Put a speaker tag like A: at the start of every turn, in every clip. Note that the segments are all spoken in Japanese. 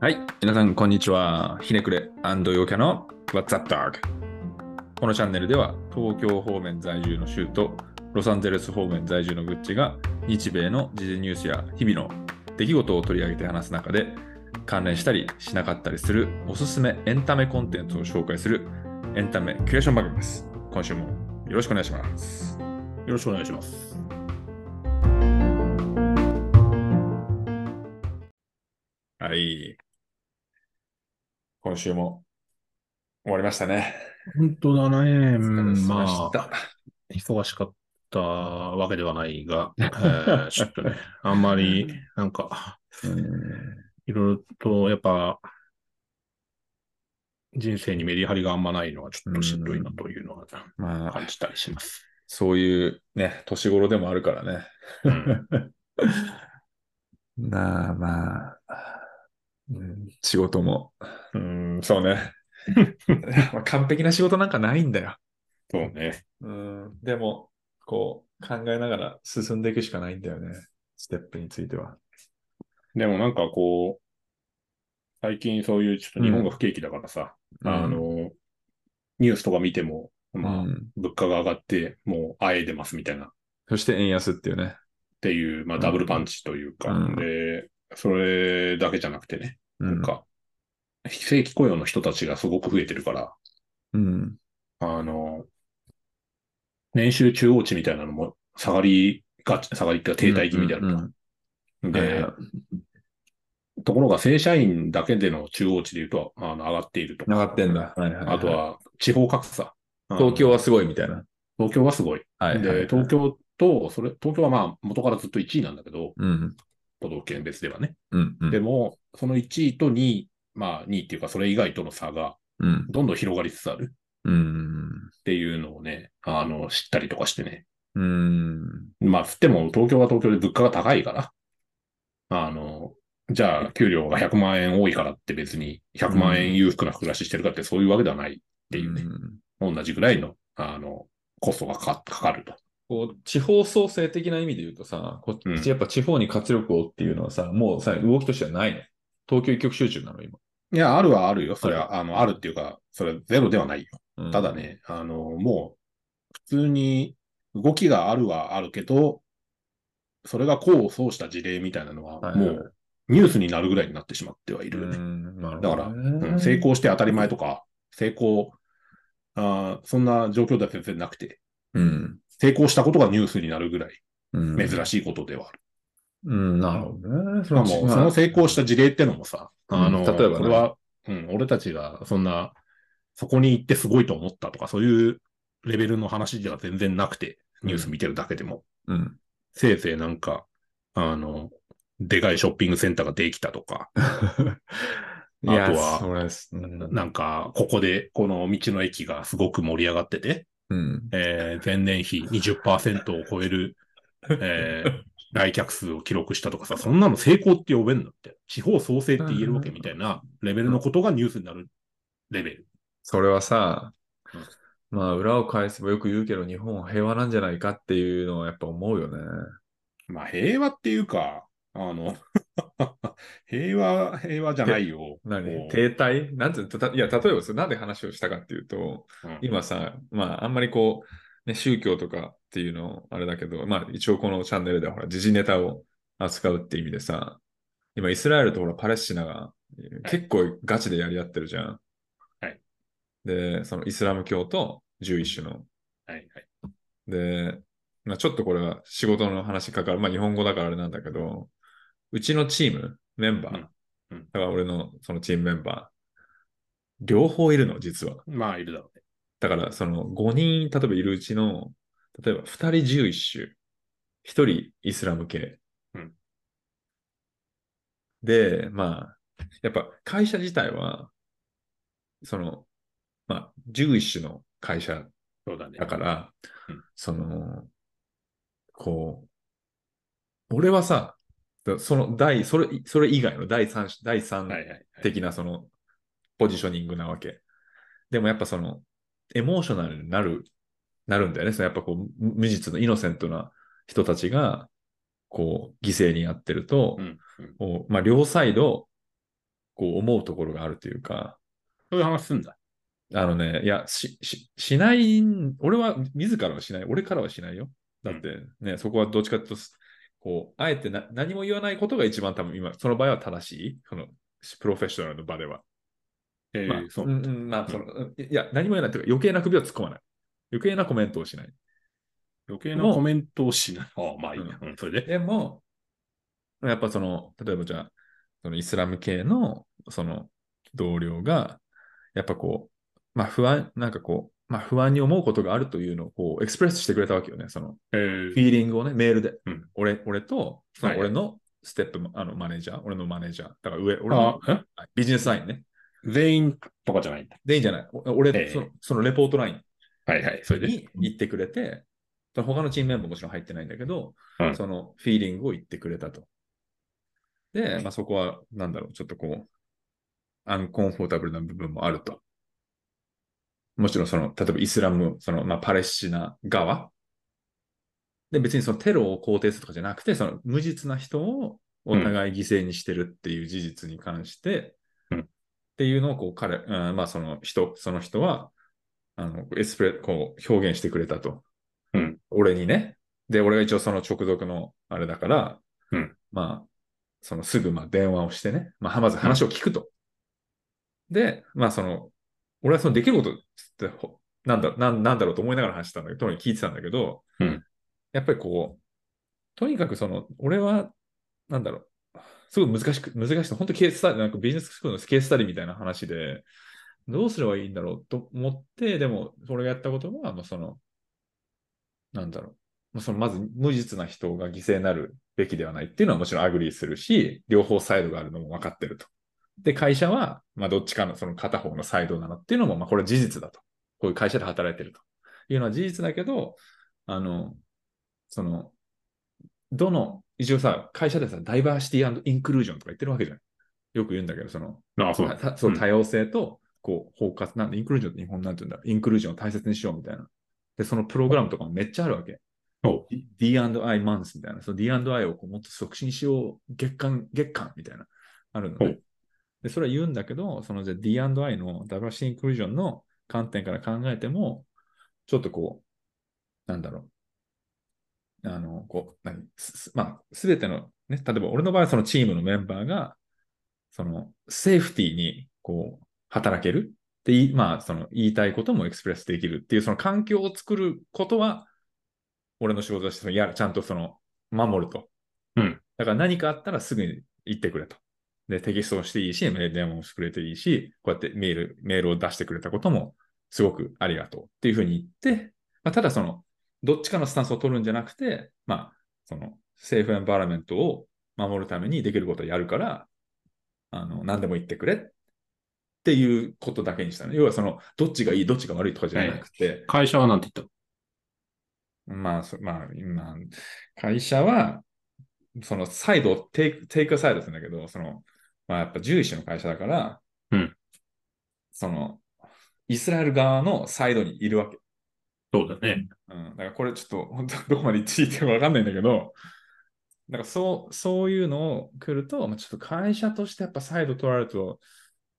A: はい、皆さん、こんにちは。ひねくれ陽キャの What's Up Dog。このチャンネルでは、東京方面在住のシューとロサンゼルス方面在住のグッチが、日米の時事ニュースや日々の出来事を取り上げて話す中で、関連したりしなかったりするおすすめエンタメコンテンツを紹介するエンタメキュレーション番組です。今週もよろしくお願いします。
B: よろしくお願いします。
A: はい。今週も終わりましたね。
B: 本当だね。
A: お疲れ
B: うん
A: 様
B: ま
A: でし
B: あ、
A: た
B: 忙しかったわけではない が、えーちょっとね、あんまり、なんか、いろいろと、やっぱ、人生にメリハリがあんまないのは、ちょっとしんどいなというのは
A: まあ、
B: 感じたりします。
A: そういうね、年頃でもあるからね。
B: うん
A: なあまあ、うん、仕事も、うん、そう ね。まあ完璧な仕事なんかないんだよ。
B: そうね。
A: うん、でも、こう、考えながら進んでいくしかないんだよね。ステップについては。
B: でもなんかこう、最近そういう、ちょっと日本が不景気だからさ、あの、ニュースとか見ても、
A: うん、
B: まあ、
A: うん
B: 物価が上がって、もう、あえでますみたいな
A: そして円安っていうね。
B: っていう、まあ、
A: うん
B: ダブルパンチというか、
A: うん
B: で、それだけじゃなくてね、
A: な
B: なん、か、非正規雇用の人たちがすごく増えてるから、
A: うん、
B: あの、年収中央値みたいなのも下がりが、下がりっていうか停滞気味であ
A: うん
B: ると。
A: うんはい
B: で
A: は、
B: ところが正社員だけでの中央値で言うと、あの、上がっていると
A: い。。上がってんだ。はいはいい
B: あと、は、地方格差。
A: 東京
B: は
A: はすごいみたいな。
B: 東京はすごい。
A: はいはい、
B: で、東京と、それ、東京はまあ、元からずっと1位なんだけど、
A: うん、
B: 都道府県別ではね。
A: うん、うん。
B: でも、その1位と2位、まあ2位っていうかそれ以外との差が
A: うん、
B: どんどん広がりつつある
A: うん、
B: っていうのをね、あの、知ったりとかしてね。
A: うん。
B: まあ、つっても東京は東京で物価が高いから、あの、じゃあ給料が100万円多いからって別に100万円裕福な暮らししてるかってそういうわけではないっていうね。
A: ん
B: 同じぐらいの、あの、コストがかかかると。
A: こう地方創生的な意味で言うとさ、こ
B: う
A: っ
B: ん
A: ちやっぱ地方に活力をっていうのはさ、もうさ、動きとしてはないの。東京一極集中なの、今。
B: いや、あるはあるよ。それは、あの、あるっていうか、それはゼロではないよ。
A: うん
B: ただ。ね、あの、もう、普通に動きがあるはあるけど、それが功を奏した事例みたいなの
A: はいは
B: は、
A: い
B: も
A: はいう
B: ニュースになるぐらいになってしまってはいるよ
A: う
B: ね。
A: ん、なるほ
B: だ
A: ど
B: から
A: ね
B: うん成功して当たり前とか、成功、あーそんな状況では全然なくて、
A: うん。
B: 成功したことがニュースになるぐらい
A: うん
B: 珍しいことではある。
A: うん、なるほどね。そ
B: まあもうその成功した事例ってのもさ、
A: うん
B: あの、
A: 例えばね
B: これは、うん、俺たちがそんな、そこに行ってすごいと思ったとか、そういうレベルの話では全然なくて、ニュース見てるだけでも。
A: うん。
B: せいぜいなんか、あの、でかいショッピングセンターができたとか、
A: いや
B: あとは
A: それすうん
B: なんか、ここで、この道の駅がすごく盛り上がってて、
A: うん。
B: えー前年比20%を超える、えー来客数を記録したとかさ、そんなの成功って呼べんのって、地方創生って言えるわけみたいなレベルのことがニュースになるレベル。
A: それはさ
B: うん、
A: まあ、裏を返せばよく言うけど、日本は平和なんじゃないかっていうのはやっぱ思うよね。
B: まあ、平和っていうか、あの、平和、平和じゃないよ。こ
A: 何
B: う
A: 停滞なんていうのたたいや、例えばですよなんで話をしたかっていうと、
B: うん
A: 今さ、まあ、あんまりこう、ね、宗教とかっていうの、あれだけど、まあ、一応このチャンネルでは、ほら、時事ネタを扱うって意味でさ、今、イスラエルとほら、パレスチナが結構ガチでやり合ってるじゃん。
B: はい。
A: で、そのイスラム教と11種の。
B: はいはい
A: で、まあ、ちょっとこれは仕事の話かかる、まあ、日本語だからあれなんだけど、うちのチーム、メンバー、
B: うんうん
A: だから俺のそのチームメンバー、両方いるの、実は。
B: まあ、いるだろうね。
A: だから、その5人、例えばいるうちの、例えば2人11種、1人イスラム系。
B: うん
A: で、まあ、やっぱ会社自体は、その、まあ、11種の会社
B: そうだね。
A: だから
B: うん、
A: その、こう、俺はさ、だその第、それ、それ以外の第三種、第三
B: はいはいはい。
A: 的なそのポジショニングなわけ。でもやっぱそのエモーショナルになるなるんだよね。そのやっぱこう、無無実のイノセントな人たちが、こう、犠牲になってると、
C: うんうん
A: こうまあ、両サイド、こう思うところがあるというか、
C: そういう話すんだ。
A: あのね、いや、し、し、しないん、俺は、自らはしない、俺からはしないよ。だってね、そこはどっちかっていうと、こう、あえてな何も言わないことが一番多分今、その場合は正しい、その、プロフェッショナルの場では。
C: えー
A: まあ、
C: そう
A: うんうんまあ、その、いや、何も言わないというか、余計な首を突っ込まない。余計なコメントをしない。
C: 余計なコメントをしない。ああ、まあいいや。うん、それで。
A: でも、やっぱその、例えばじゃあ、そのイスラム系の、その、同僚が、やっぱこう、まあ不安、なんかこう、まあ不安に思うことがあるというのをこうエクスプレスしてくれたわけよね。その、
C: えー
A: フィーリングをね、メールで。
C: うん
A: 俺、俺と、その
C: はい
A: 俺のステップも、あの、マネージャー、俺のマネージャー、だから上、俺
C: あ
A: の
C: え
A: ビジネスラインね。
C: 全員とかじゃないんだ。
A: でいいんじゃないお俺、
C: ええ
A: その、そのレポートライン。
C: はいはい、それで。
A: に行ってくれて、その他のチームメンバーももちろん入ってないんだけど、
C: うん
A: そのフィーリングを言ってくれたと。で、まあ、そこは、なんだろう、ちょっとこう、アンコンフォータブルな部分もあると。もちろん、その、例えばイスラム、その、まあ、パレスチナ側。で、別にそのテロを肯定するとかじゃなくて、その無実な人をお互い犠牲にしてるっていう事実に関して、
C: うん
A: っていうのを、こう、彼、うんまあ、その人、その人は、あの、エスプレ、こう、表現してくれたと。
C: うん
A: 俺にね。で、俺が一応その直属のあれだから、
C: うん
A: まあ、そのすぐまあ電話をしてね、まあ、まず話を聞くと。で、まあその、俺はそのできることってほなんだなん、なんだろうと思いながら話してたんだけど、とにかく聞いてたんだけど、
C: うん
A: やっぱりこう、とにかくその、俺は、なんだろう、すごい難しく、難しい、本当ケーススタディ、なんかビジネススクールのケーススタディみたいな話で、どうすればいいんだろうと思って、でも、俺がやったことは、もうその、なんだろう。もうそのまず無実な人が犠牲になるべきではないっていうのはもちろんアグリーするし、両方サイドがあるのも分かってると。で、会社は、まあ、どっちかのその片方のサイドなのっていうのも、まあ、これは事実だと。こういう会社で働いてるというのは事実だけど、あの、その、どの、一応さ、会社でさ、ダイバーシティインクルージョンとか言ってるわけじゃん。よく言うんだけど、その、
C: ああ、そうだ。
A: たそうう、
C: ん
A: 多様性と、こう、包括、なんで、インクルージョンって日本なんて言うんだろうインクルージョンを大切にしようみたいな。で、そのプログラムとかもめっちゃあるわけ。
C: お
A: D&I マンスみたいな。その D&I をこうもっと促進しよう、月間、月間みたいな、あるの
C: は
A: ね
C: い。
A: で、それは言うんだけど、そのじゃあ D&I のダブルシインクルージョンの観点から考えても、ちょっとこう、なんだろう。あの、こう、何す、すまあ、すべての、ね、例えば俺の場合はそのチームのメンバーが、その、セーフティーに、こう、働けるってい、まあ、その、言いたいこともエクスプレスできるっていう、その環境を作ることは、俺の仕事としてそのやる、ちゃんとその、守ると。
C: うん
A: だから何かあったらすぐに言ってくれと。で、テキストをしていいし、メール電話もしてくれていいし、こうやってメール、メールを出してくれたことも、すごくありがとうっていうふうに言って、まあ、ただその、どっちかのスタンスを取るんじゃなくて、まあ、その、セーフエンバーラメントを守るためにできることをやるから、あの、何でも言ってくれっていうことだけにしたの。要はその、どっちがいい、どっちが悪いとかじゃなくて、
C: 会社はなんて言っ
A: まあ、そまあ、今、会社は、そのサイドをテイク、テイクサイドするんだけど、その、まあやっぱ獣医師の会社だから、
C: うん
A: その、イスラエル側のサイドにいるわけ。
C: たのそうだね。
A: うん、だからこれちょっと、本当どこまで言っていいかわかんないんだけど、なんかそう、そういうのを来ると、まあ、ちょっと会社としてやっぱサイド取られると、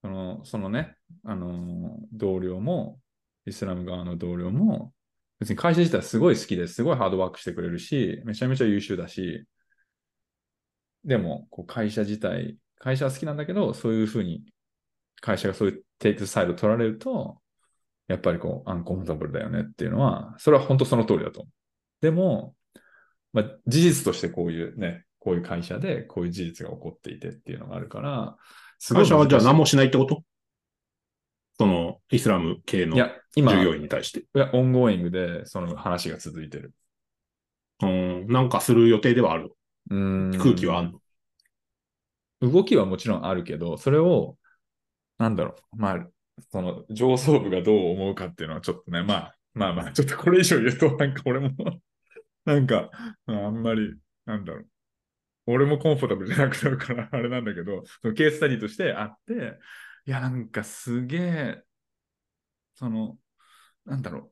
A: その、そのね、あのー同僚も、イスラム側の同僚も、別に会社自体すごい好きですごいハードワークしてくれるし、めちゃめちゃ優秀だし、でも、こう会社自体、会社は好きなんだけど、そういうふうに、会社がそういうテイクサイド取られると、やっぱりこう、アンコンフォータブルだよねっていうのは、それは本当その通りだと思う。でも、まあ、事実としてこういうね、こういう会社でこういう事実が起こっていてっていうのがあるから、すごい
C: 会社はじゃあ
A: 難しい
C: 何もしないってことその、イスラム系の
A: いや、今、
C: 従業員に対して。
A: いや、オンゴーイングでその話が続いてる。
C: うん、なんかする予定ではある。空気はあるの。
A: 動きはもちろんあるけど、それを、なんだろう、まあ、その上層部がどう思うかっていうのはちょっとね、まあ、まあまあ、ちょっとこれ以上言うと、なんか俺も、 なんか、あんまり、なんだろう。俺もコンフォータブルじゃなくなるから、 あれなんだけど、そのケーススタディとしてあって、いや、なんかすげえ、その、なんだろ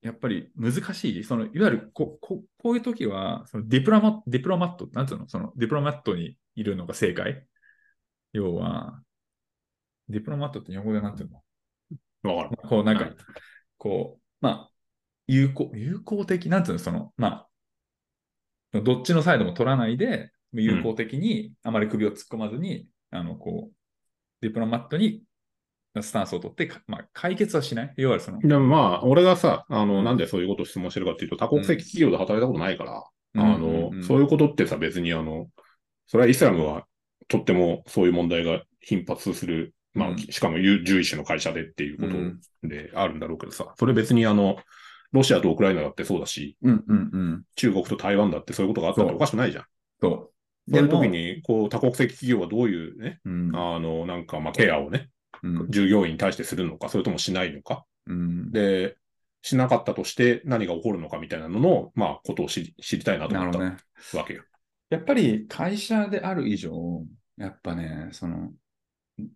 A: やっぱり難しい。その、いわゆるこ、こ、こういう時は、そのディプロマ、ディプロマット、なんつうのその、ディプロマットにいるのが正解要は、ディプロマットって日本語でなんていうの
B: わからん。
A: こうなんか、
B: はい
A: こう、まあ、有効、有効的、なんつうの、その、まあ、どっちのサイドも取らないで、有効的に、あまり首を突っ込まずに、あの、こう、ディプロマットにスタンスを取って、かまあ、解決はしない。要はその、
B: でもまあ、俺がさ、あの、
A: うん
B: なんでそういうことを質問してるかっていうと、多国籍企業で働いたことないから、あの、そう
A: い
B: いうことってさ、別にあの、それはイスラムはとってもそういう問題が頻発する、まあ、
A: うん
B: しかもゆ獣医師の会社でっていう
A: う
B: こ
A: ん
B: とであるんだろうけどさ、それ別にあの、ロシアとウクライナだってそうだし、
A: うんうんうん。
B: 中国と台湾だってそういうことがあったって
A: そう
B: おかしくないじゃん。
A: そう。
B: そういう
A: でも
B: 時、に、こう、多国籍企業はどういうね、
A: うん、
B: あの、なんか、まあ、ケアをね、
A: うん、
B: 従業員に対してするのか、それともしないのか、
A: うん。
B: で、しなかったとして何が起こるのかみたいなのの、まあ、ことを知り知りたいなと
A: な
B: 思
A: る
B: っ
A: ほどね。
B: たわけよ。
A: やっぱり会社である以上、やっぱね、その、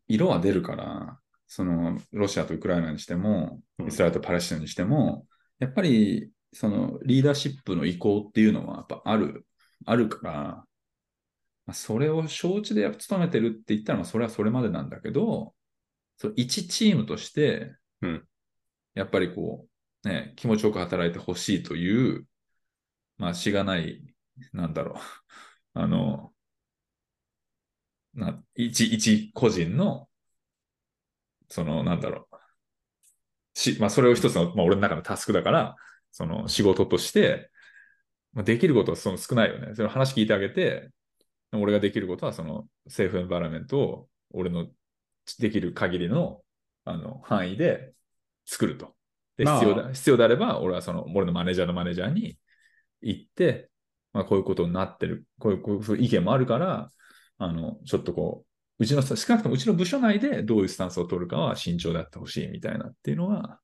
A: 色は出るから、その、ロシアとウクライナにしても、
B: うん
A: イスラエルとパレスチナにしても、やっぱり、その、リーダーシップの意向っていうのは、やっぱある、あるから、まあそれを承知でやっぱ務めてるって言ったら、まあ、それはそれまでなんだけど、そう一チームとして
B: うん、
A: やっぱりこう、ね、気持ちよく働いてほしいという、まあ、しがない、なんだろう、あの、な、一、一個人の、その、なんだろう。し、まあ、それを一つの、まあ、俺の中のタスクだから、その仕事として、まあ、できることはその少ないよね。その話聞いてあげて、俺ができることは、その、セーフエンバラメントを、俺のできる限りの、あの、範囲で作ると。で、
B: まあ
A: 必要だ、必要であれば、俺はその、俺のマネージャーのマネージャーに行って、まあ、こういうことになってる、こういうこういうそういう意見もあるから、あの、ちょっとこう、うちの、少なくともうちの部署内でどういうスタンスを取るかは慎重であってほしいみたいなっていうのは、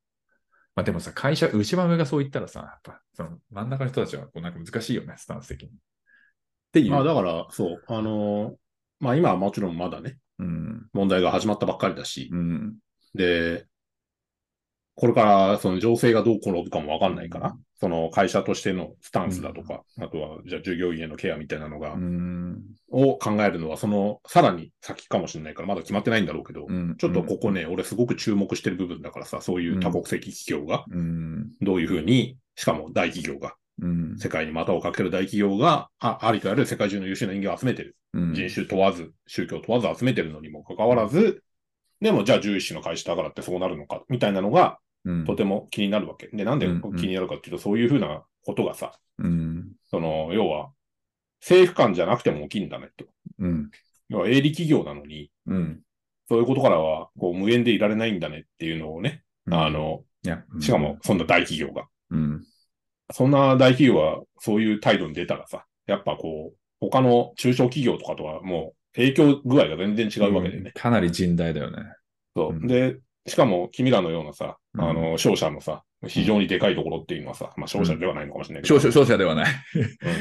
A: まあでもさ、会社、内番上がそう言ったらさ、やっぱ、その真ん中の人たちは、こうなんか難しいよね、スタンス的に。っていう。
B: まあ、だから、そう、あのーまあ、今はもちろんまだね、
A: うん。
B: 問題が始まったばっかりだし、
A: うん。
B: で、これから、その情勢がどう転ぶかもわかんないから、その会社としてのスタンスだとか、あとは、じゃあ従業員へのケアみたいなのが、
A: うん。
B: を考えるのは、その、さらに先かもしれないから、まだ決まってないんだろうけど、
A: うん
B: ちょっとここね、俺すごく注目してる部分だからさ、そういう多国籍企業が、
A: うん。
B: どういうふうに、しかも大企業が、
A: うん。
B: 世界に股をかける大企業が、あありとあらゆる世界中の優秀な人間を集めてる。
A: うん
B: 人種問わず、宗教問わず集めてるのにもかかわらず、でもじゃあ獣医師の会社だからってそうなるのか、みたいなのが
A: うん
B: とても気になるわけ。で、なんで
A: うん
B: 気になるかっていうと、そういうふうなことがさ、
A: うん。
B: その、要は、政府間じゃなくても起きんだねと。
A: うん。
B: 要は営利企業なのに、
A: うん。
B: そういうことからは、こう、無縁でいられないんだねっていうのをね、あ、の、
A: いや、うん
B: しかも、、そんな大企業が。
A: うん。
B: そんな大企業は、そういう態度に出たらさ、やっぱこう、他の中小企業とかとはもう、影響具合が全然違うわけでね。
A: かなり甚大だよね。
B: そうう。
A: ん
B: で、しかも君らのようなさ、
A: うん
B: あの、商社のさ、非常にでかいところっていうのはさ、まあ商社ではないのかもしれないけど、
A: 勝者、勝者ではない。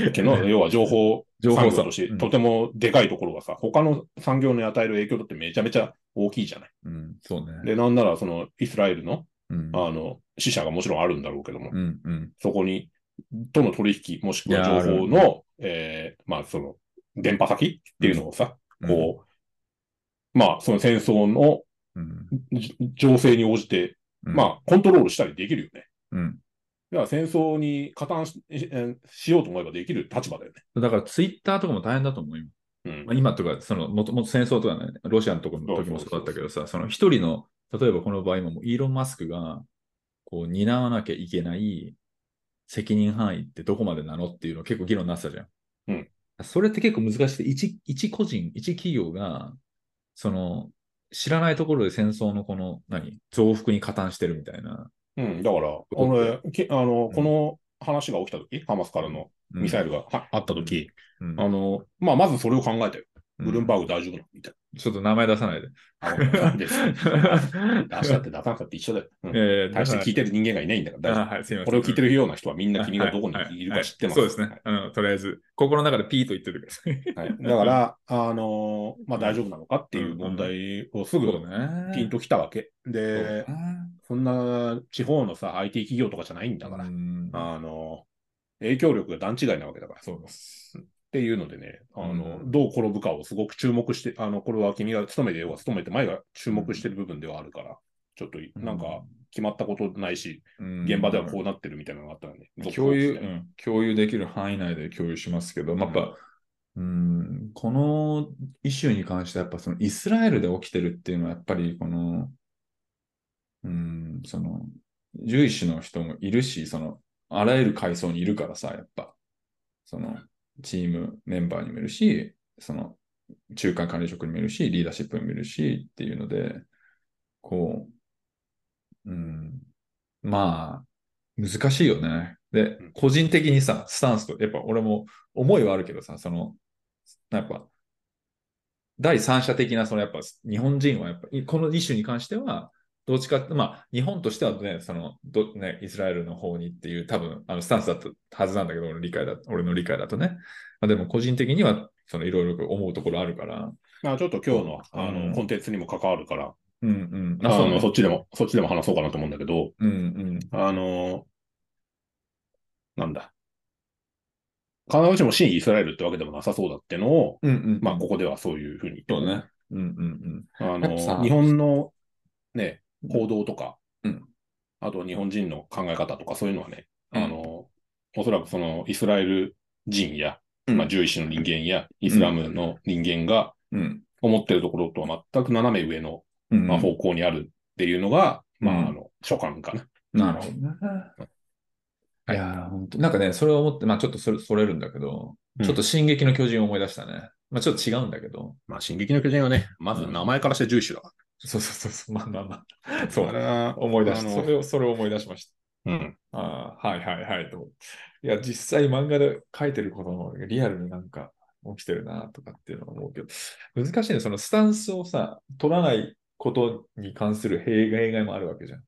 B: うんけど要は情報
A: 情報
B: 産
A: 産
B: 業として、
A: うん
B: とてもでかいところがさ、他の産業に与える影響だってめちゃめちゃ大きいじゃない。
A: うん、そうね。
B: で、なんならそのイスラエルの、
A: うん。
B: あの、死者がもちろんあるんだろうけども、
A: うん、うん。
B: そこに、との取引、もしくはい
A: や
B: 情報
A: あ
B: の、えーまあその、電波先っていうのをさ、こう、まあその戦争の
A: うん、
B: じ情勢に応じて、
A: うん。
B: まあ、コントロールしたりできるよね。
A: うん。
B: いや、戦争に加担しえしようと思えばできる立場だよね。
A: だから、ツイッターとかも大変だと思うよ。
B: うん
A: まあ、今とか、その、もともと戦争とかね、ロシアのとこの時もそうだったけどさ、その一人の、例えばこの場合今もイーロン・マスクが、こう、担わなきゃいけない責任範囲ってどこまでなのっていうの結構議論になってたじゃん。
B: うん
A: それって結構難しくて、一、一個人、一企業が、その、知らないところで戦争のこの、何、増幅に加担してるみたいな。
B: うん、だから、俺、きあの、この話が起きたとき、ハマスからのミサイ
A: ル。
B: ルが、はあったとき、
A: うん
B: あの、まあ、まずそれを考えたよ。
A: うん
B: ブルンバーグ大丈夫なのみたい
A: ちょっと名前出さないで。
B: あのなんで 出したって出さなかって一緒だよ。うん
A: えー
B: 大して聞いてる人間がいないんだから大丈
A: あはい、すみません。
B: 夫、これを聞いてるような人はみんな君がどこにいるか知ってます。
A: はいはいはいはいそうですね。あのとりあえず、心の中でピーと言っててください。
B: はい。はいだから、あのーまあ大丈夫なのかっていう問題をすぐ
A: ね
B: ピンときたわけ。で、そんな地方のさ、IT 企業とかじゃないんだ
A: だ
B: か、
A: からら。
B: あのー影響力が段違いなわけだから。
A: そうです。
B: っていうのでね、あの、
A: うん
B: どう転ぶかをすごく注目して、あの、これは君が勤めてようが勤めて前が注目してる部分ではあるから、ちょっとい、なんか、決まったことないし、
A: うん、
B: 現場ではこうなってるみたいなのがあったので、続報
A: 共
B: です
A: 有、
B: ね
A: うん共有できる範囲内で共有しますけど、まあやっぱ、うん、このイシューに関しては、やっぱそのイスラエルで起きてるっていうのは、やっぱりこの、うん、その、獣医師の人もいるし、その、あらゆる階層にいるからさ、やっぱ、その、チームメンバーにもいるし、その、中間管理職にもいるし、リーダーシップにもいるしっていうので、こう、うん、まあ、難しいよね。で
B: うん、
A: 個人的にさ、スタンスと、やっぱ俺も思いはあるけどさ、その、やっぱ、第三者的な、そのやっぱ日本人はやっぱ、いこのイシューに関しては、どっちかって、まあ、日本としてはね、その、どね、イスラエルの方にっていう、多分、あの、スタンスだったはずなんだけど、俺の理解だ、俺の理解だとね。まあ、でも、個人的には、その、いろいろ思うところあるから。
B: まあちょっと今日の、あの、
A: うん
B: コンテンツにも関わるから、
A: うんうん。
B: あ
A: そう
B: の、そっちでも、そっちでも話そうかなと思うんだけど、
A: うんうん。
B: あの、なんだ。必ずしも真イスラエルってわけでもなさそうだってのを、
A: うんうん。
B: まあ、ここではそういうふうに言って
A: そうね。うんうんや
B: あ
A: っぱさ
B: の、日本のね、行動とか、
A: うん
B: あと日本人の考え方とか、そういうのはね、
A: うん
B: あの、おそらくそのイスラエル人や、
A: うん
B: まあ、獣医師の人間や、イスラムの人間が
A: うん。うん。
B: 思ってるところとは全く斜め上の、
A: うん
B: まあ、方向にあるっていうのが、
A: うん
B: まあ、あの、所感か
A: な
B: な。
A: るほどね。いやー、本当なんかね、それを思って、まあちょっとそれそれるんだけど、
B: うん
A: ちょっと進撃の巨人を思い出したね。まあちょっと違うんだけど。
B: まあ、進撃の巨人はね、まず名前からして獣医師だか
A: そうそうそうそう、まあまあまあ。
B: ら。
A: そう
B: あれは
A: 思い出し
B: あ
A: た。
B: の
A: それを、それを思い出しました。
B: うん。
A: ああ、はいはいはいと思って。いや、実際漫画で書いてることの方がリアルになんか起きてるなとかっていうのは思うけど、難しいね。そのスタンスをさ、取らないことに関する弊害弊害もあるわけじゃん。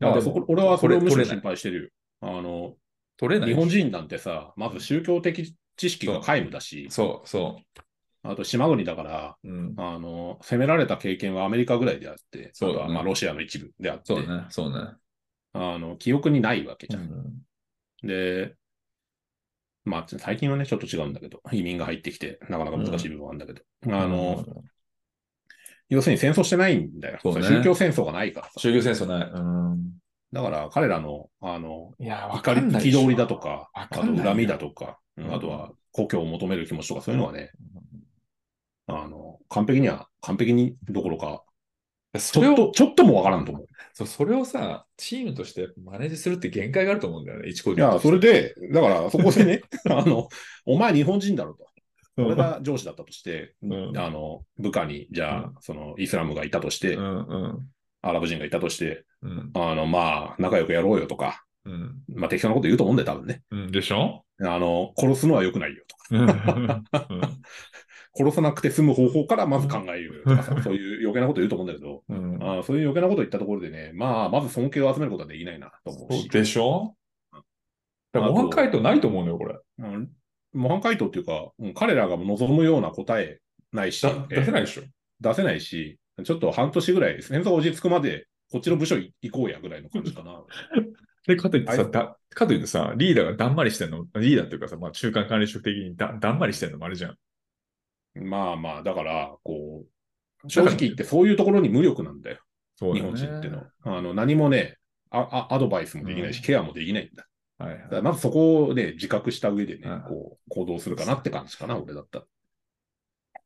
B: だからそこ俺はそれをむしろ
A: 取れな
B: 心
A: い。
B: 配してるよ。あの、
A: 取れない。
B: 日本人なんてさ、まず宗教的知識が皆無だし、
A: そうそ
B: あと島国だから、
A: う。うん。
B: あの、攻められた経験はアメリカぐらいであって、
A: そうだね
B: あとはまあロシアの一部であって、
A: そうね、そうね。
B: あの、記憶にないわけじ
A: う
B: ゃん。
A: ん
B: で、まあ、最近はね、ちょっと違うんだけど、移民が入ってきて、なかなか難しい部分はあるんだけど、あの、、要するに戦争してないんだよ。
A: そうね
B: 宗教戦争がないからさ。
A: 宗教戦争ない。うん。
B: だから彼らの、あの、
A: いや
B: 怒り、憤りだと。か、
A: わ
B: あ
A: か
B: と
A: んないよ
B: 恨みだとか、うん
A: うん
B: あとは故郷を求める気持ちとか、そういうのはね、あの、完璧には、完璧にどころか、ち
A: それ
B: ょっ
A: を
B: と、ちょっともわからんと思う。
A: そうそれをさ、チームとしてマネージするって限界があると思うんだよね、一個
B: いや、それで、だからそこでね、 あの、お前日本人だろと。俺が上司だったとして、
A: うん
B: あの、部下に、じゃあ、
A: う
B: その、イスラムがいたとして、
A: うんうん
B: アラブ人がいたとして、
A: うん
B: あの、まあ、仲良くやろうよとか、
A: うん
B: まあ、適当なこと言うと思うんだよ、多分ね。
A: うんでしょ
B: あの、殺すのは良くないよとか、
A: うんうん
B: 殺さなくて済む方法からまず考えようよとか さ、そういう余計なこと言うと思うんだけど、
A: うん
B: あーそういう余計なこと言ったところでね、まあ、まず尊敬を集めることはできないなと思う
A: そう
B: し、
A: でしょだから、模範解答ないと思うのよ、これ。
B: うん模範解答っていうか、うん彼らが望むような答えないし、
A: だ出せないでしょ。
B: 出せないし、ちょっと半年ぐらい、戦争落ち着くまで、こっちの部署い行こうやぐらいの感じかな。
A: で、かといってさ、
B: はい
A: だかといってさ、リーダーがだんまりしてんの、リーダーっていうかさ、まあ、中間管理職的にだだんまりしてんのもあれじゃん。
B: まあまあ、だから、こう、正直言ってそういうところに無力なんだよ、
A: そうだ
B: 日
A: よ
B: 本
A: ね
B: 人ってのは。あの何もねああ、アドバイスもできないし、
A: うん
B: ケアもできないんだ。
A: はい
B: だか
A: は
B: ら
A: い。
B: まずそこをね、自覚した上でね
A: うん、
B: こう、行動するかなって感じかな、俺だったら。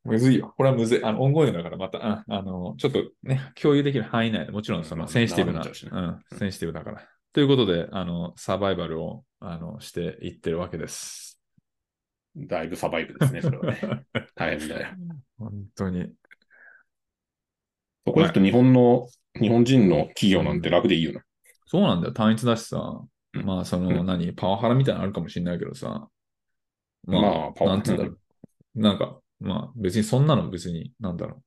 A: むずいよ。これはむずい。あの、音声だからまた、ああの、ちょっとね、共有できる範囲内で、もちろんそ
B: ま
A: の
B: あ
A: センシティブな、
B: 長くなっちゃうし
A: うん、センシティブだから。ということで、あの、サバイバルを、あの、していってるわけです。
B: だいぶサバイブですね、それ はね。大変だよ。
A: 本当に。
B: そこ行くと日本の、日本人の企業なんて楽でいいよな。
A: そうなんだよ。単一だしさ、
B: うん
A: まあ、そ
B: うん
A: の、何、パワハラみたいなのあるかもしれないけどさ、
B: まあパワ
A: なんつうんだろう。なんか、まあ、別にそんなの別に、なんだろ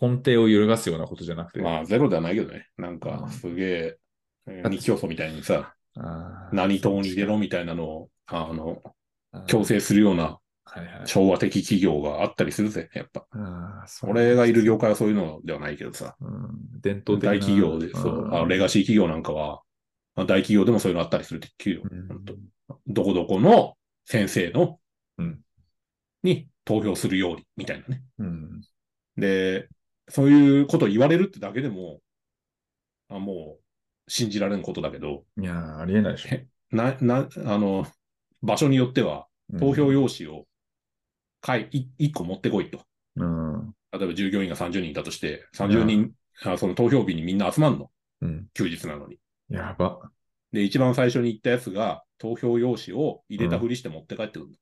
A: 根底を揺るがすようなことじゃなくて。
B: まあ、ゼロではないけどね。なん
A: う
B: か
A: ん、
B: すげえ、日競争みたいにさ、
A: あー
B: 何党に出ろみたいなのを、あの、
A: あー
B: 強制するような
A: はいはい。
B: 昭和的企業があったりするぜ、やっぱ。
A: あーそう
B: 俺がいる業界はそういうのではないけどさ、
A: うん伝
B: 大
A: 統的な
B: 企業で、そう、あのレガシー企業なんかは、まあ大企業でもそういうのあったりするって企業、
A: うん
B: ほんとどこどこの先生の、
A: うん
B: に投票するように、みたいなね。
A: うん
B: で、そういうことを言われるってだけでも、あもう信じられんことだけど、
A: いやー、ありえないでしょ。
B: な、な、あの、場所によっては、
A: うん
B: 投票用紙を、かい、1個持ってこいと。
A: うん。
B: 例えば従業員が30人いたとして、30人、あその投票日にみんな集まんの。
A: うん
B: 休日なのに。
A: やば。
B: で、一番最初に行ったやつが、投票用紙を入れたふりして持って帰ってくるの、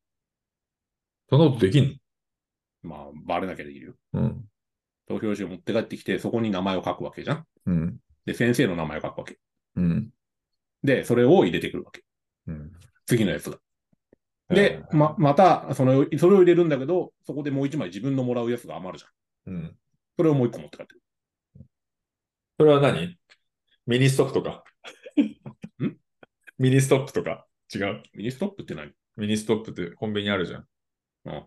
A: そんなことできん
B: まあ、バレなきゃできるよ。
A: のうん。
B: 投票用紙を持って帰ってきて、そこに名前を書くわけじゃん。
A: うん。
B: で、先生の名前を書くわけ。
A: うん。
B: で、それを入れてくるわけ。
A: うん。
B: 次のやつが。で、ま、また、その、それを入れるんだけど、そこでもう一枚自分のもらうやつが余るじゃん。
A: うん。
B: それをもう一個持って帰ってく
A: それは何ミニストップと か。
B: ん
A: ミニストップとか。違う。
B: る。ミニストップって何
A: ミニストップってコンビニあるじゃん。
B: うん。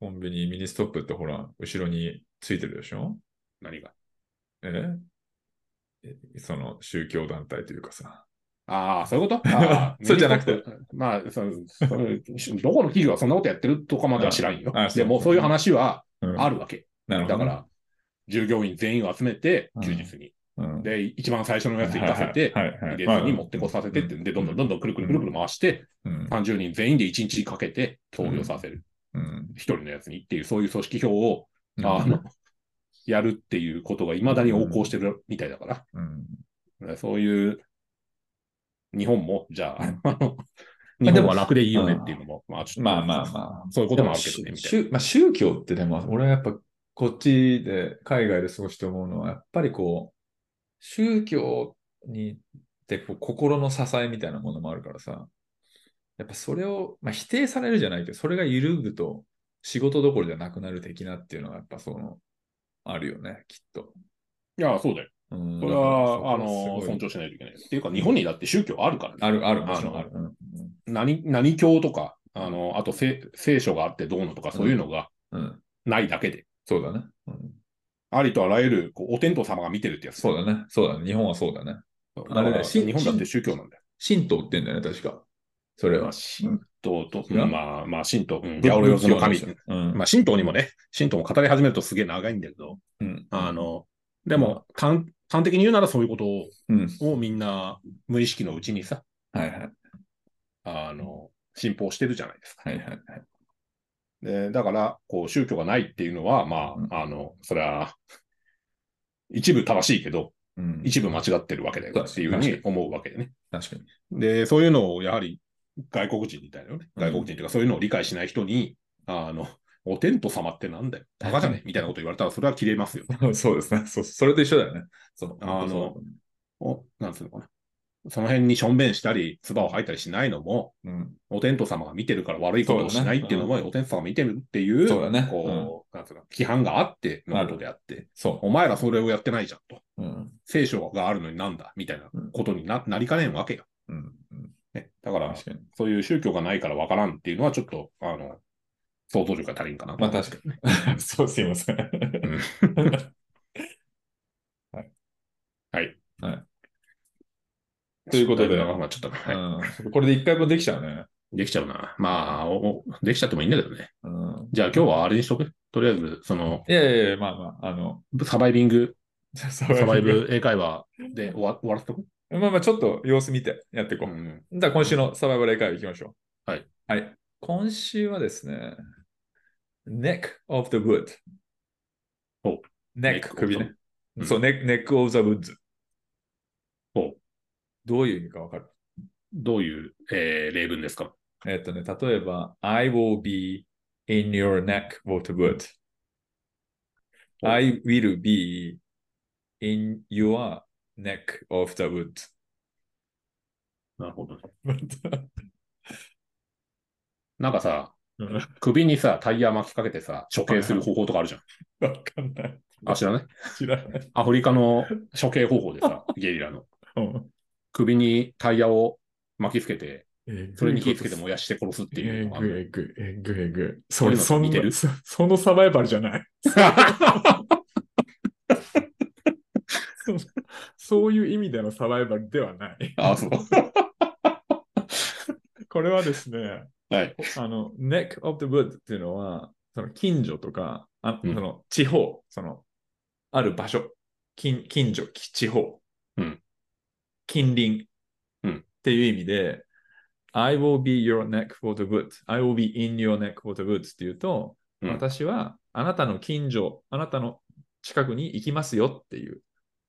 A: コンビニ、ミニストップってほら、後ろについてるでしょ
B: 何が。
A: ええその宗教団体というかさ。
B: ああ、そういうこと あー
A: そうじゃなくて
B: ミニストップまあそのその、どこの企業はそんなことやってるとかまでは知らんよ
A: ああ。そう
B: でも、そういう話は
A: うん
B: あるわけ。
A: なるほ
B: だ
A: ど
B: か
A: ね。
B: ら、従業員全員を集めて
A: うん、
B: 休日に。
A: うん、
B: で、一番最初のやつ行かせて、
A: はいはいはいはい
B: 入れずに持ってこさせてって、
A: まあ
B: で、どんどんどんどんくるくるくるくる回して、
A: うん。
B: 30人全員で1日かけて投票させる。
A: うん。
B: 一人のやつにっていう、そういう組織票を、
A: うん
B: あの、やるっていうことが未だに横行してるみたいだから、
A: うん。
B: そういう、日本も、じゃあ、あの
A: ま
B: 日
A: あで
B: 本
A: も
B: は楽でいいよねっていうのも、まあ、ちょっと
A: まあまあまあ。
B: そういうこともあるけど
A: で
B: ね、
A: も
B: みたいな。
A: 宗まあ、宗教ってでも、俺はやっぱこっちで、海外で過ごして思うのは、やっぱりこう、宗教にってこう心の支えみたいなものもあるからさ、やっぱそれを、まあ、否定されるじゃないけど、それが揺るぐと仕事どころじゃなくなる的なっていうのは、やっぱその、あるよね、きっと。
B: いや、そうだよ。
A: うん
B: それ
A: だ
B: は、
A: か
B: あ
A: らそこ
B: の、
A: はすごい
B: 尊重しないといけない。っていうか、日本にだって宗教あるからね。
A: ある、ある、もちろん
B: あの
A: ある。うん
B: 何、何教とか、あの、あと聖、聖書があってどうのとか、そういうのが
A: うん、うん
B: ないだけで、
A: そうだね、うん。
B: ありとあらゆる、こうお天道様が見てるってやつ。
A: そうだね。そうだね。日本はそうだね。
B: だ
A: あれだ
B: から
A: よし
B: 日本だって宗教なんだよ。
A: 神道って言うんだよね、確か。それ
B: ま
A: は
B: あ、。神道と、
A: うん
B: うんまあ、まあ、神道、うん、
A: 仏
B: 八百万
A: 仏
B: の神
A: 教。ですようん
B: まあ、神道にもね、神道も語り始めるとすげえ長いんだけど、
A: うん
B: あの、でも、端端的に言うならそういうことを
A: うん。
B: をみんな無意識のうちにさ、
A: はいはい。
B: あの、信奉してるじゃないですか。
A: はいはいはい。
B: でだから、こう、宗教がないっていうのは、ま
A: うん
B: あ、あの、それは、一部正しいけど、
A: うん、
B: 一部間違ってるわけだよっていうふうに思うわけでね。
A: 確かに。
B: で、そういうのをやはり外国人みたいなよね。
A: うん
B: 外国人というか、そういうのを理解しない人に、あの、お天道様ってなんだよ。バカじゃねえみたいなこと言われたら、それは切れますよ ね。
A: そうですね。そうそれと一緒だよね。そう
B: あの
A: そ
B: お、なんつうのかな。その辺にしょんべんしたり、唾を吐いたりしないのも、
A: ううん、
B: お天道様が見てるから悪いことをしないっていうのも、お天道様が見てるっていう、
A: そうだね
B: こう、なんつうの、規範があってのことであって、
A: そ
B: お前らそれをやってないじゃんと。
A: う。うん。
B: 聖書があるのになんだみたいなことにな,、なりかねんわけよ。
A: うん。うん
B: ね、だから、
A: 確かに。
B: そういう宗教がないからわからんっていうのは、ちょっと、あの、想像力が足りんかな。
A: まあ確かに。 そう、すいません。はい。
B: はい。
A: はい。ということで
B: だぶ長くなっちゃったな。はい
A: うん、これで一回分できちゃうね。
B: できちゃうな。まあお、おできちゃってもいいんだけどね。
A: うん、
B: じゃあ今日はあれにしとく。とりあえず、その、
A: いやいやいや、まあまあ、あの、
B: サバイビング、
A: サ
B: サバイ。ブ英会話で終わ終わらせとく。
A: まあまあ、ちょっと様子見てやっていこ
B: う
A: う。
B: ん、
A: じゃあ今週のサバイバル英会話いきましょう。
B: はい。
A: はい。今週はですね、neck of the wood。
B: お
A: neck、
B: neck
A: 首ね。
B: うん
A: そう、neck, neck of the woods。
B: お
A: どういう意味かわかる
B: どういう、えー例文ですか
A: えっとね、例えば、I will be in your neck of the wood。
B: お
A: I will be in your neck of the wood。
B: なるほど。
A: ま
B: なんかさ
A: うん、
B: 首にさ、タイヤ巻きかけてさ、処刑する方法とかあるじゃん。
A: たわかんない。
B: あ、知らない
A: 知らない。
B: アフリカの処刑方法 でさ、ゲリラの。
A: うん
B: 首にタイヤを巻きつけて、それに火つけて
A: も
B: 燃やして殺すってい
A: え
B: うのがある
A: ぐえぐえぐえぐ
B: そ
A: そう
B: いう
A: れ
B: のと
A: そん
B: 似て
A: な
B: る
A: そそのサバイバルじゃない そそういう意味でのサバイバルではない
B: あ、そう。
A: これはですね
B: はい。
A: あの neck of the wood っていうのはその近所とかあ
B: うん
A: その地方そのある場所近近所き地方、
B: うん
A: 近隣、
B: うん
A: っていう意味で I will be your neck for the wood I will be in your neck for the wood っていうと、
B: うん
A: 私はあなたの近所あなたの近くに行きますよっていう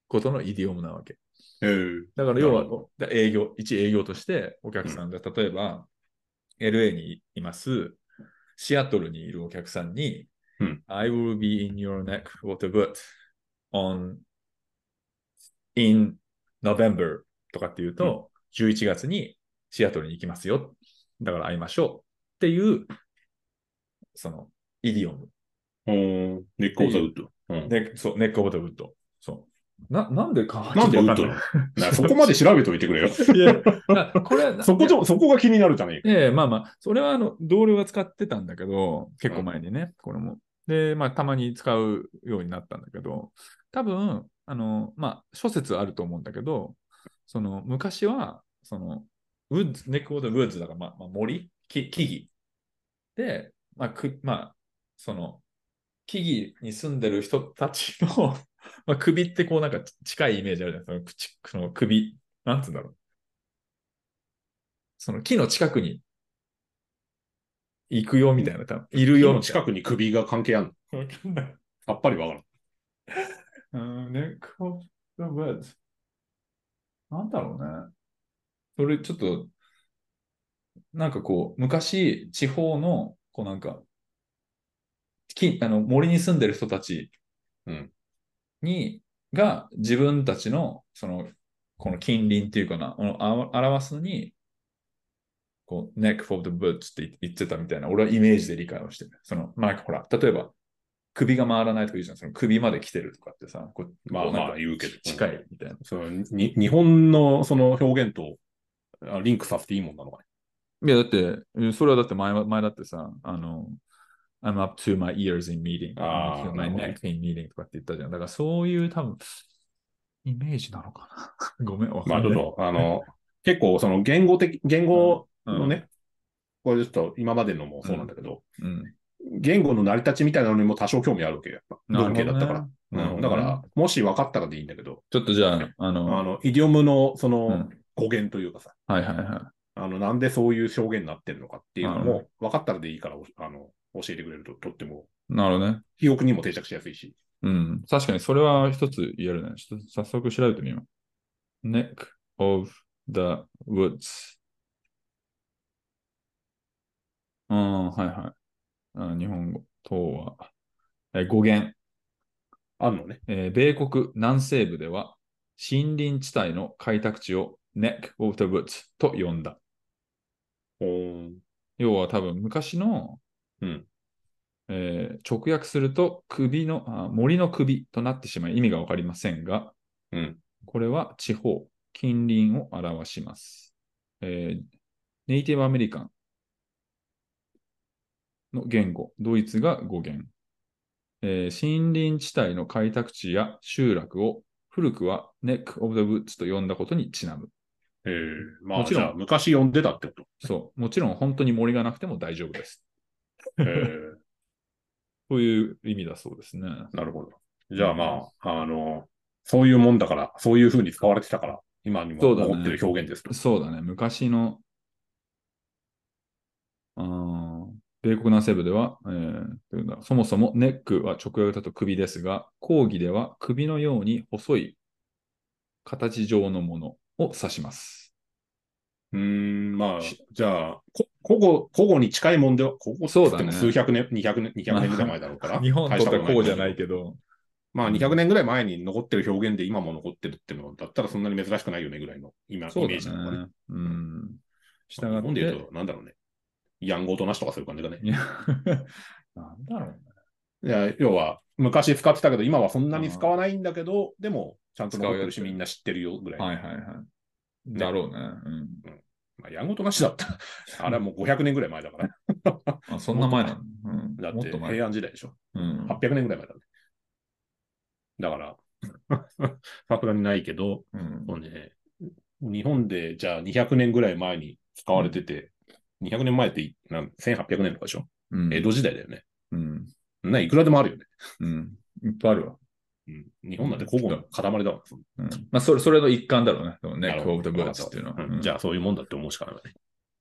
A: ことのイディオムなわけ
B: えー
A: だから要
B: な
A: は
B: る
A: おで営業、一営業としてお客さんで、例えば LA にいます、シアトルにいるお客さんに、
B: うん
A: I will be in your neck what a boot on in November とかっていうと、11月にシアトルに行きますよ。だから会いましょうっていう、その、イディオム。
B: うーん。ネックオブザウッド。うん
A: ネそうネックオブトウッド。そう。な、なんでか、
B: なんでウッド
A: ちょ
B: な
A: っ
B: のなそこまで調べておいて くれよ。
A: とわかんないいや、なこれ、
B: そこと、そこが気になるじゃねえか。
A: ええまあまあ、それはあの同僚が使ってたんだけど、結構前にね、これも。で、まあ、たまに使うようになったんだけど、多分、あの、まあ、諸説あると思うんだけど、その、昔は、その、ウッズ、ネックウォードウッズだから、まあ、まあ、森木、木々。で、まあ、く、まあ、その、木々に住んでる人たちの、 まあ、首ってこう、なんか近いイメージあるじゃないですか。その口、その首、なんつうんだろう。その木の近くに行くよみたいな、多分いるよ
B: 世の
A: みたい
B: 近くに首が関係ある
A: な。わか
B: の。
A: んない。
B: さっぱりわからん。
A: うん、ネックオブザウッズ。なんだろうね。それちょっと、なんかこう、昔、地方の、こうなんか、きあの森に住んでる人たち
B: うん
A: に、が自分たちの、その、この近隣っていうかな、あのあわ表すのに、こう、neck for the boots って言ってたみたいな、俺はイメージで理解をしてる。その、まあ、ほら、例えば、首が回らないとか言うじゃん。その首まで来てるとかってさ、こう
B: まあ
A: こうなん
B: ま
A: か
B: あ言うけど。
A: 近いみたいな。
B: そのに日本のその表現とあリンクさせていいもんなのかね。
A: いや、だって、うんそれはだって前は前だってさ、あの、I'm up to my ears in meeting,
B: あ
A: I'm
B: ー
A: up to my
B: なる
A: neck in meeting とかって言ったじゃん。だからそういう多分、イメージなのかな。 ごめん、わかん
B: まあ
A: ない。
B: ちょっと、あの、結構その言語的、言語のね、これちょっと今までのもそうなんだけど、
A: うん。
B: 言語の成り立ちみたいなのにも多少興味あるわけよ、やっぱ。
A: なる
B: 文
A: ほどね
B: 系だったから。
A: なるほど
B: うん、
A: ね
B: だから、もし分かったらでいいんだけど、
A: ちょっとじゃあ、あの、
B: あの、イディオムのそうの
A: ん
B: 語源というかさ、
A: はいはいは
B: あの、なんでそういう表現になってるのかっていうの
A: な
B: も、分かったらでいいから、おあの、教えてくれるととっても、
A: い。なるほどね。
B: 記憶にも定着しやすいし。
A: うん。確かにそれは一つ言えるね。ちょっと早速調べてみよう。neck of the woods. うん、はいはい。あ日本語、とは。え語源、
B: あるのね。
A: えー米国南西部では森林地帯の開拓地を neck of the woods と呼んだ。
B: ほーん
A: 要は多分昔の、
B: うん
A: えー直訳すると首のあ森の首となってしまい意味がわかりませんが、
B: うん
A: これは地方、近隣を表します。えーネイティブアメリカンの言語、ドイツが語源、えー森林地帯の開拓地や集落を古くはネック・オブ・ザ・ブッツと呼んだことにちなむ。
B: えー、まあ、
A: もち
B: じ
A: ろん
B: ゃあ、昔読んでたっ てこと。
A: そう。もちろん本当に森がなくても大丈夫です。
B: えー
A: という意味だそうですね。
B: なるほど。じゃあまあ、あの、そういうもんだから、そういうふうに使われてたから、今にも
A: そうだね
B: 残ってる表現ですと。
A: そうだね、昔の、あー米国南西部では、えーというんだそもそもネックは直訳だと首ですが、講義では首のように細い形状のものを指します。
B: うーん、まあ、じゃあ、こ古語、古語に近いもんでは、古語って言
A: そ
B: っ
A: う
B: て
A: だね
B: も数百年、200年、200年ぐらい前だろ う から。大したこと
A: けど、
B: まあ、200年ぐらい前に残ってる表現で今も残ってるってのだったらそんなに珍しくないよねぐらいの、今、イ
A: そう
B: メ
A: だ
B: ージなのかね。
A: ね。うん。
B: 日
A: 従
B: 本
A: って、
B: で言 うと、なんだろうね。やんごとなしとかそういう感じだね。
A: いやなんだろうね。
B: いや要は、昔使ってたけど、今はそんなに使わないんだけど、でも、ちゃんと残ってるし、
A: 使うやつ
B: みんな知ってるよぐらい。
A: はいはいはい。だろうね。うん
B: まあ、やんごとなしだった。あれはもう500年ぐらい前だから。
A: あそんな前なの、うん、
B: だっ
A: もってと前。
B: 平安時代でしょ。
A: うん、
B: 800年ぐらい前だね。だから、
C: さすがにないけど、
A: うん
C: そうね、
B: 日本でじゃあ200年ぐらい前に使われてて、200年前ってなん1800年とかでしょ、
A: うん
B: 江戸時代だよね。
A: うん。
B: ないくらでもあるよね。
A: うん。いっぱいあるわ。
B: うん、日本なんて古語の塊だわ。
A: うん、まあそれ、それの一環だろうね。でも
B: な
A: ね、
B: る
A: ク
B: ほ
A: オ
B: ど
A: ブ・ザ・ブーツっていうのは。
B: うんじゃあそういうもんだって思うしかないわね。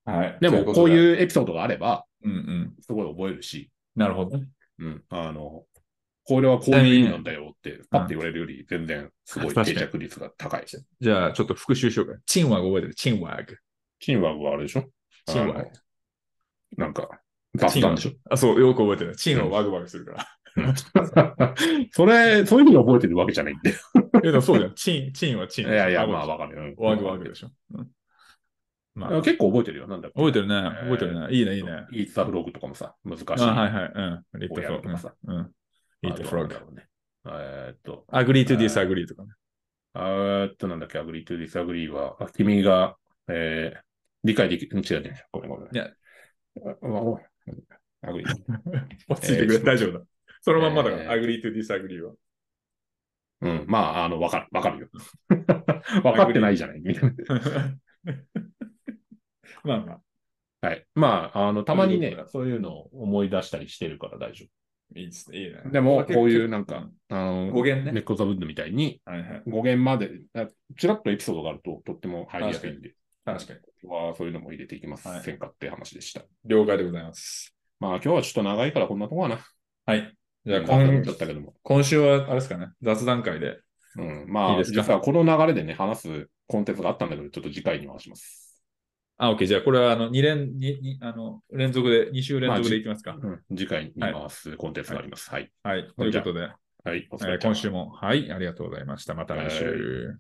A: あ、はい。
B: でもこう
A: う。
B: いうエピソードがあれば、
A: うんうん。
B: すごい覚えるし、
A: なるほどね。
B: うん、あの、これはこういう意味なんだよって、パッて言われるより全然すごい
A: 確か
B: 定
A: に
B: 着率が高い。
A: じゃあ、ちょっと復習しようか。チンワーグ覚えてる。チンワーグ。
B: チンワーグはあれでしょ
A: チンワー
B: あ
A: グ
B: の。なんか、雑談でしょ
A: あ、そう、よく覚えてる。チンはワグワグするから。
B: それ、そういうふうに覚えてるわけじゃないん で。
A: いやでもそうじゃん。チン、チンはチ
B: い
A: ン。
B: やいや、まあ
A: ワグ
B: わかるよ。
A: ワグワグでしょ。うんまあ、
B: あ
A: 覚
B: 結構覚えてるよ。なんだ
A: えてるね。覚えてるね。いいね、いいね。
B: イーツ・ザ・フロッグとかもさ、難しい。
A: あ、はいはい。うん。リット
B: こうや
A: フロ
B: るとか
A: ッ
B: さ
A: グ。うん。リットフロッグ
B: あ。とはなんだろうね。えーっと、
A: agree to disagree とかね。
B: えーっと、なんだっけ、アグリー・トゥ・ディス・アグリーは、あ君が、えー、理解でき、違う違う、ごめんごめん。
A: いや
B: あ、わア グリー。
A: 落ち着いてくれ。大丈夫だ。そのまんまだか
B: え
A: ら、
B: ー
A: agree to disagree は。
B: うん、まあ、あの、わかる、わかるよ。 わかってないじゃない、みたい
A: まあまあ、
B: な。はい。まあ、あの、たまに
A: そういう
B: ね
A: こと、
B: そういうのを思い出したりしてるから大丈
A: いいですね。いいね
B: 夫。。でも、こういうなん
A: う
B: か
A: ん、
B: あの、
A: 語源
B: レ
A: ね。
B: ッコザ・ブッドみたいに、
A: はいはい。
B: 語源まで、あちらっとエピソードがあると、とっても入りやすいんで、
A: 確かに。
B: わあそういうのも入れていきませんかって話でした。
A: 了解でございます。
B: まあ、今日はちょっと長いからこんなとこかな。
A: はい。じゃあ、
B: 長くな
A: 今
B: っちゃったけども。
A: 今週は、あれですかね、雑談会で。
B: うん、まあ、
A: いいですか
B: 実はこの流れでね、話すコンテンツがあったんだけど、ちょっと次回に回します。
A: あ、OK。じゃあ、これは、あの、二連、ににあの連続で、2週連
B: まあ
A: 続
B: じ
A: でいきますか。
B: うん、次回に回すコンテンツがあります。はい。
A: はい。ということで、
B: はい、お疲
A: え
B: れ
A: ー
B: 様
A: 今週も、はい、ありがとうございました。また来週。